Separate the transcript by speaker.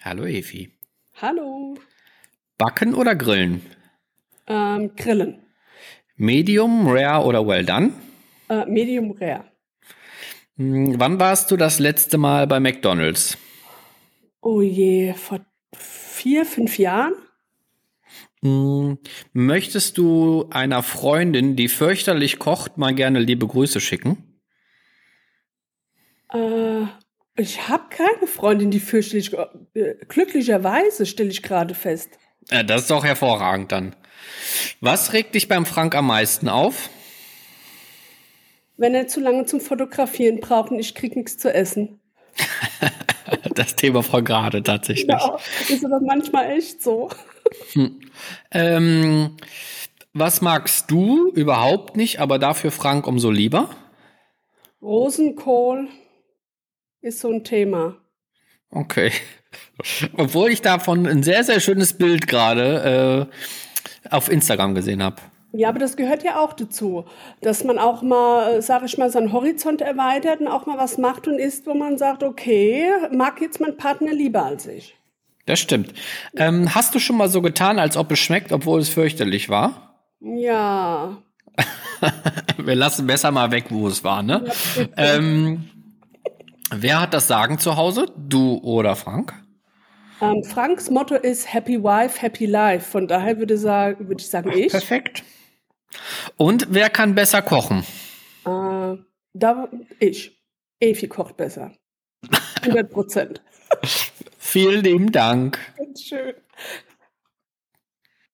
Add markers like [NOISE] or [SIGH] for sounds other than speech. Speaker 1: Hallo Evi.
Speaker 2: Hallo.
Speaker 1: Backen oder grillen?
Speaker 2: Ähm, Grillen.
Speaker 1: Medium, rare oder well done?
Speaker 2: Äh, medium rare.
Speaker 1: Hm, Wann warst du das letzte Mal bei McDonald's?
Speaker 2: Oh je, vor vier, fünf Jahren?
Speaker 1: Hm, Möchtest du einer Freundin, die fürchterlich kocht, mal gerne liebe Grüße schicken?
Speaker 2: Äh, ich habe keine Freundin, die fürchterlich. Äh, glücklicherweise stelle ich gerade fest.
Speaker 1: Äh, Das ist doch hervorragend dann. Was regt dich beim Frank am meisten auf? [LAUGHS]
Speaker 2: Wenn er zu lange zum Fotografieren braucht und ich krieg nichts zu essen.
Speaker 1: Das Thema von gerade tatsächlich.
Speaker 2: Ja, [LAUGHS] ist aber manchmal echt so.
Speaker 1: Ähm, was magst du überhaupt nicht, aber dafür Frank umso lieber?
Speaker 2: Rosenkohl ist so ein Thema.
Speaker 1: Okay. [LAUGHS] Obwohl ich davon ein sehr, sehr schönes Bild gerade äh, auf Instagram gesehen habe.
Speaker 2: Ja, aber das gehört ja auch dazu, dass man auch mal, äh, sag ich mal, seinen Horizont erweitert und auch mal was macht und isst, wo man sagt, okay, mag jetzt mein Partner lieber als ich.
Speaker 1: Das stimmt. Ähm, hast du schon mal so getan, als ob es schmeckt, obwohl es fürchterlich war? [LAUGHS]
Speaker 2: Ja,
Speaker 1: Wir lassen besser mal weg, wo es war, ne? Ähm, wer hat das Sagen zu Hause? Du oder Frank?
Speaker 2: ähm, Franks Motto ist Happy Wife, Happy Life. Von daher würde, sagen, würde ich sagen, ich.
Speaker 1: Perfekt. Und wer kann besser kochen?
Speaker 2: Äh, da, ich. Evi kocht besser. 100 Prozent.
Speaker 1: Vielen lieben Dank.
Speaker 2: Ganz schön.